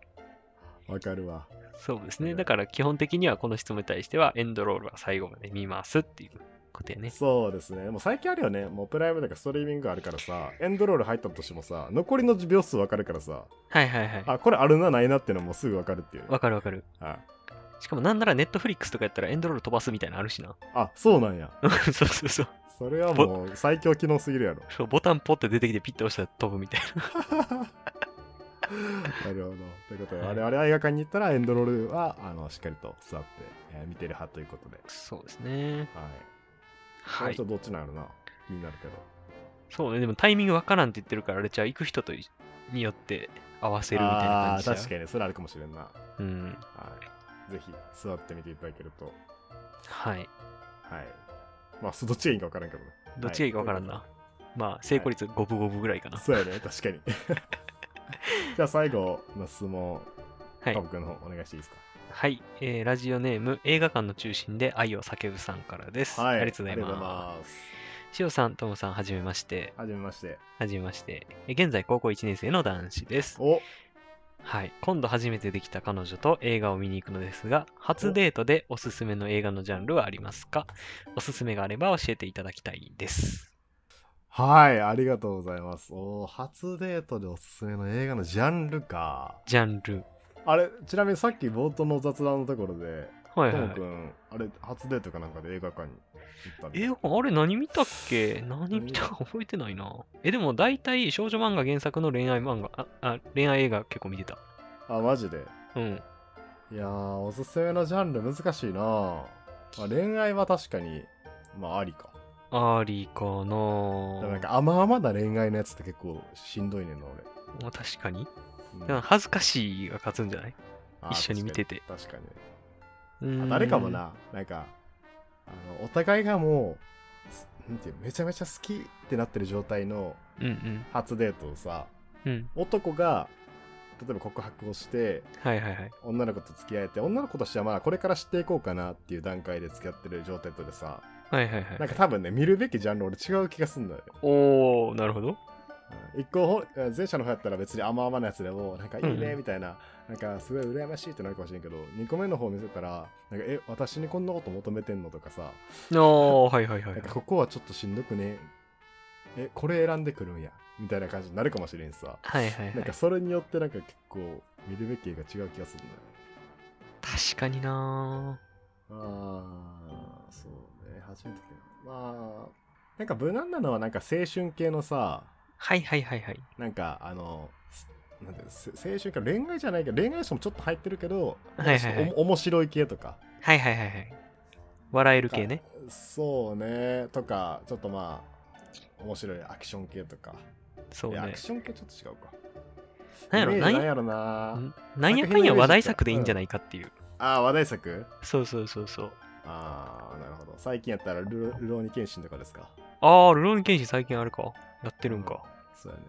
A: う。
B: わかるわ。
A: そうです
B: は
A: ね。
B: い
A: だから基本的にはこの質問に対してはエンドロールは最後まで見ますっていうことやね。
B: そうですね。もう最近あるよね。もうプライムとかストリーミングがあるからさ、エンドロール入ったとしてもさ、残りの秒数わかるからさ、
A: はいはいはい。
B: あ、これあるな、ないなっていうのもすぐわかるっていう。
A: わかるわかる。
B: はい
A: しかもなんならネットフリックスとかやったらエンドロール飛ばすみたいなのあるしな。
B: あ、そうなんや。
A: そうそうそう
B: それはもう最強機能すぎるやろ。
A: そう。ボタンポって出てきてピッて押したら飛ぶみたいな。
B: なるほど。ということで、
A: はい
B: 我々は映画館に行ったらエンドロールはあのしっかりと座って、えー見てる派ということで。
A: そうですね。
B: はい。こ
A: は
B: の
A: い
B: 人。どっちなのな気になるけど。
A: そうね。でもタイミングわからんって言ってるから、あれじゃあ行く人といによって合わせるみたいな感
B: あ
A: じ
B: ー
A: だ
B: 確かにそれあるかもしれんな。
A: に。うん。
B: はい、ぜひ座ってみていただけると、
A: はい。
B: はい。まあ、そどっちがいいんか分からんけどね。
A: どっちがいいかわからんな。まあ、成功率五分五分ぐらいかな。
B: そうやね、確 かに。じゃあ、最後の質問、
A: は
B: ト
A: い
B: ム。君の方お願いしていいです
A: はい、えーラジオネーム映画館の中心で愛を叫ぶさんからです、
B: か。はい、
A: ありがとうございます
B: ありがとうございます。
A: しおさんともさんはじめまして
B: はじめまして。
A: はじめましてえ現在高校1年生の男子です
B: お
A: はい今度初めてできた彼女と映画を見に行くのですが初デートでおすすめの映画のジャンルはありますかおすすめがあれば教えていただきたいです
B: はい、ありがとうございます。お初デートでおすすめの映画のジャンルか。
A: ジャンル
B: あれ、ちなみにさっき冒頭の雑談のところで、
A: はいはい
B: トム
A: はい
B: 君、あれ、初デートかなんかで映画館に行ったんだ
A: 映画館あれ何見たっけ何見たか覚えてないなえでも大体少女漫画原作の恋愛漫画ああ恋愛映画結構見てた
B: あ、マジで。
A: うん
B: いやー、おすすめのジャンル難しいなあまあ、恋愛は確かに、まあ、ありか。
A: ありかな
B: でもなん
A: ぁ
B: か甘々な恋愛のやつって結構しんどいねんな、
A: まあ確かに。
B: 俺。
A: でも恥ずかしいが勝つんじゃない
B: あー
A: 一緒に見てて。
B: 確かに。確か
A: う
B: に
A: ー
B: あ
A: ん
B: 誰かも。な、なんか、あの、お互いがもうす、なんていうのめちゃめちゃ好きってなってる状態の
A: うん
B: 初デートをさ、
A: うん。うん。
B: 男が、例えば告白をして、
A: はいはいはい。
B: 女の子と付き合えて、女の子としてはまあ、これから知っていこうかなっていう段階で付き合ってる状態とでさ、
A: はいはいは
B: なん
A: い。
B: か多分ね、見るべきジャンル俺違う気がすんだよ。
A: おー、なるほど。
B: 一個ほ前者の方やったら別に甘々なやつでもなんかいい
A: うんう
B: ね
A: ん
B: みたいな、なんかすごい羨ましいってなるかもしれんけど2個目の方見せたらなんかえ私にこんなこと求めてんのとかさ
A: ああ、はいはいはい
B: なん。かここはちょっとしんどくねえこれ選んでくるんやみたいな感じになるかもしれんさ
A: はいはいはい
B: なん。かそれによってなんか結構見るべき絵が違う気がするんだよ
A: 確かにな
B: ああそうね初めてまあなんか無難なのはなんか青春系のさ
A: はいはいはいはい。
B: なんかあのすなんていうのせ青春か恋愛じゃないけど恋愛書もちょっと入ってるけど、
A: はいはいはい
B: お面白い系とか
A: はいはいはいはい。笑える系ね。
B: なんかそうねとかちょっとまあ面白いアクション系とか、
A: そう
B: いやア
A: ね
B: ク。ション系ちょっと違うか
A: なんやろ、
B: イメー
A: な
B: ジ
A: ん
B: なん
A: や
B: やろな
A: なんやかんや話題作でいいんじゃないかっていう。
B: ああ話題作
A: そうそうそうそう。
B: ああなるほど最近やったらルロルローニケンシンとかですか
A: ああ、ルローニケンシン最近あるか。やってるんか。
B: そうやね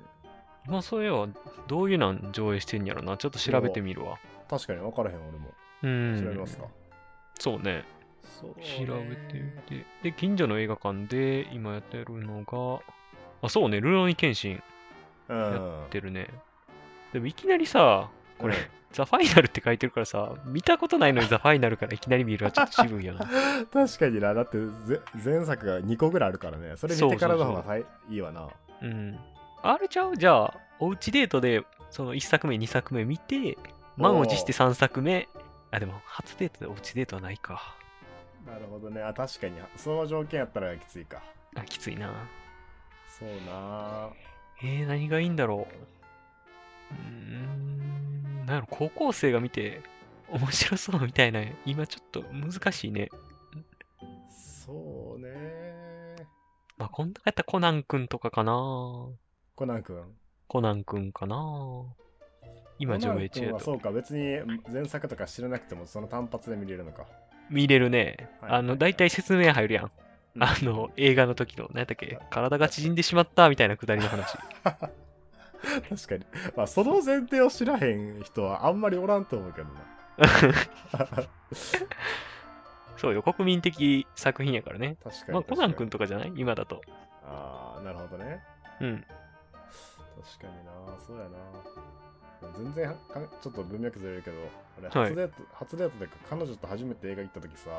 A: まあそういえば、どういうなん上映してんやろな。ちょっと調べてみるわ。
B: 確かに分からへん俺
A: う
B: も調
A: ん。
B: べますか、
A: そうね。
B: そうね
A: 調べてみて。で、近所の映画館で今やってるのが、あ、そうね、ルローニケンシン
B: うん
A: やってるね。でもいきなりさ、これ、ザ・ファイナルって書いてるからさ、見たことないのにザ・ファイナルからいきなり見るはちょっと渋いよな。
B: 確かになだってぜ前作が2個ぐらいあるからねそれ見てからの方がはいいいわな
A: うん。あれちゃうじゃあ、おうちデートで、その1作目、2作目見て、満を持して3作目。あ、でも、初デートでおうちデートはないか。
B: なるほどねあ確かにその条件やったらきついか
A: あ、きついな。
B: そうな
A: えー、何がいいんだろう。うーん、なんやろ、高校生が見て、面白そうみたいな、今ちょっと難しいね。
B: そうね
A: まあ、こんなやったらコナンくんとかかな。
B: コナン君
A: コナンくんかな。今上映中
B: コナン君
A: や
B: はそ
A: と。
B: うか別に前作とか知らなくてもその単発で見れるのか
A: 見れるね。
B: はいはい
A: あの、大体説明入るやん。
B: うん
A: あの、映画の時の、何やったっけ、体が縮んでしまったみたいなくだりの 話。
B: 確かにまあその前提を知らへん人はあんまりおらんと思うけどな
A: そうよ、国民的作品やからね。
B: 確かに
A: まあ、コナンくん
B: 確かに
A: とかじゃない今だと。
B: ああなるほどね
A: うん。
B: 確かになそうやな全然はかちょっと文脈ずれるけど俺
A: はい
B: 初デート、初デートで彼女と初めて映画行った時さ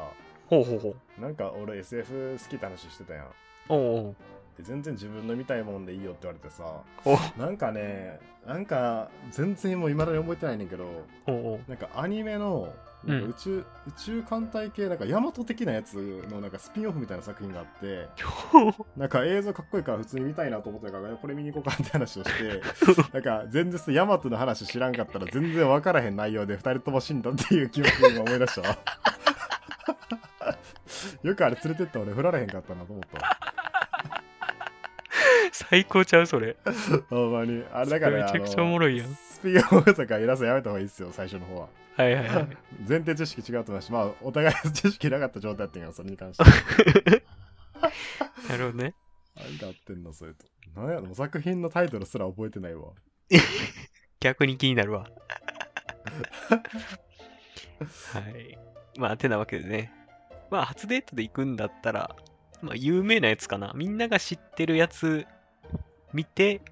A: ほうほうほう。
B: なんか俺 SF 好きって話してたやん
A: おう
B: で全然自分の見たいもんでいいよって言われてさ
A: おう。おう
B: なんかねなんか全然もう未だに覚えてないねんけど
A: おうお う。
B: なんかアニメのなんか
A: うん
B: 宇宙、宇宙艦隊系なんかヤマト的なやつのなんかスピンオフみたいな作品があってなんか映像かっこいいから普通に見たいなと思ってたからこれ見に行こうかって話をしてなんか全然ヤマトの話知らんかったら全然分からへん内容で2人とも死んだっていう記憶を今思い出したわ よくあれ連れてった俺振られへんかったなと思ったわ
A: 最高ちゃうそれ。
B: ほんまにあれだから
A: めちゃくちゃおもろいやん
B: あのスピンオフとか皆さんやめた方がいいっすよ最初の方は
A: はいはい はい。
B: 前提知識違うと思いますしまあお互い知識なかった状態っていうのはそれに関して
A: なるほどね。
B: 何が合ってんのそれと何やろ作品のタイトルすら覚えてないわ
A: 逆に気になる わ。はい。まあ、てなわけでね。まあ、初デートで行くんだったら、まあ、有名なやつかな。みんなが知ってるやつ見て、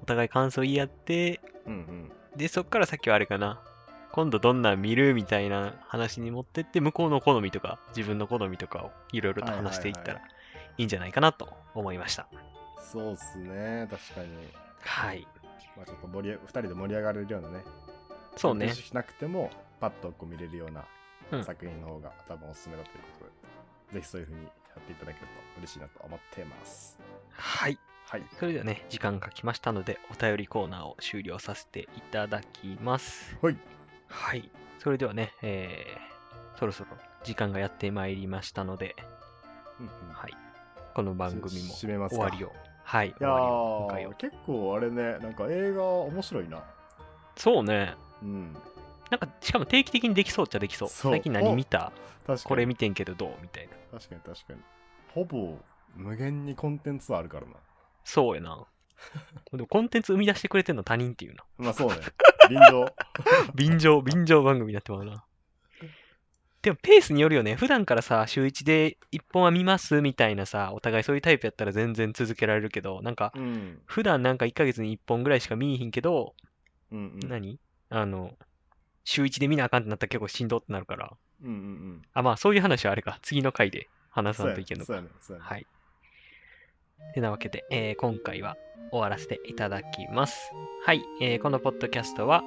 A: お互い感想言い合って、
B: うんうん
A: で、そっからさっきはあれかな。今度どんなん見るみたいな話に持ってって、向こうの好みとか、自分の好みとかをいろいろと話していった
B: はい
A: らいいんじゃないかなと思いました。
B: そうっすね確かに
A: はい。
B: まあちょっと盛り2人で盛り上がれるようなね
A: そうね
B: 知。識なくてもパッとこう見れるよう
A: う
B: なん作品の方が多分おすすめだということで、ぜひそういう風にやっていただけると嬉しいなと思ってます
A: はい。
B: はい
A: それではね、時間が来ましたので、お便りコーナーを終了させていただきます。
B: はい。
A: はい。それではね、えー、そろそろ時間がやってまいりましたので、
B: うんうん
A: はい。この番組も
B: し締めます
A: 終
B: か
A: わりを。はい。
B: い
A: 終
B: や
A: わりを迎えよ
B: ー
A: うと。
B: 結構あれねなんか映画面白いな
A: そうね。
B: うん
A: なんか、しかも定期的にできそうっちゃできそう。
B: そう
A: 最近何見た
B: 確かに
A: これ見てんけどどうみたいな。
B: 確かに確かにほぼ無限にコンテンツはあるからな
A: そうや な。でもコンテンツ生み出してくれてんの他人っていうな。
B: まあそうね便乗
A: 便乗、便乗番組になってまうな。でもペースによるよね。普段からさ、週1で1本は見ますみたいなさ、お互いそういうタイプやったら全然続けられるけど、なんか、
B: うん。
A: 普段なんか1ヶ月に1本ぐらいしか見いひんけど、
B: うんうん。
A: 何あの、週1で見なあかんってなったら結構しんどってなるから。
B: うんうんうん。
A: あ、まあそういう話はあれか。次の回で話さ
B: そう
A: ない
B: や
A: といけ
B: ね
A: んの
B: そ
A: か。
B: うやねそうやね
A: はい。てなわけで、えー今回は終わらせていただきます。はい、えーこのポッドキャストは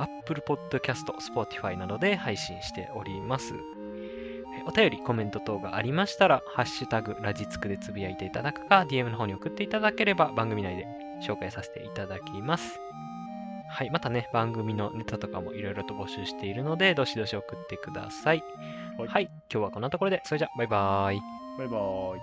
A: Apple Podcast、Spotify などで配信しております。えーお便り、コメント等がありましたら、ハッシュタグラジツクでつぶやいていただくか、DM の方に送っていただければ番組内で紹介させていただきます。はい、またね、番組のネタとかもいろいろと募集しているので、どしどし送ってください。
B: はい
A: はい、今日はこんなところで、それじゃ、バイバイ。
B: バイバーイ。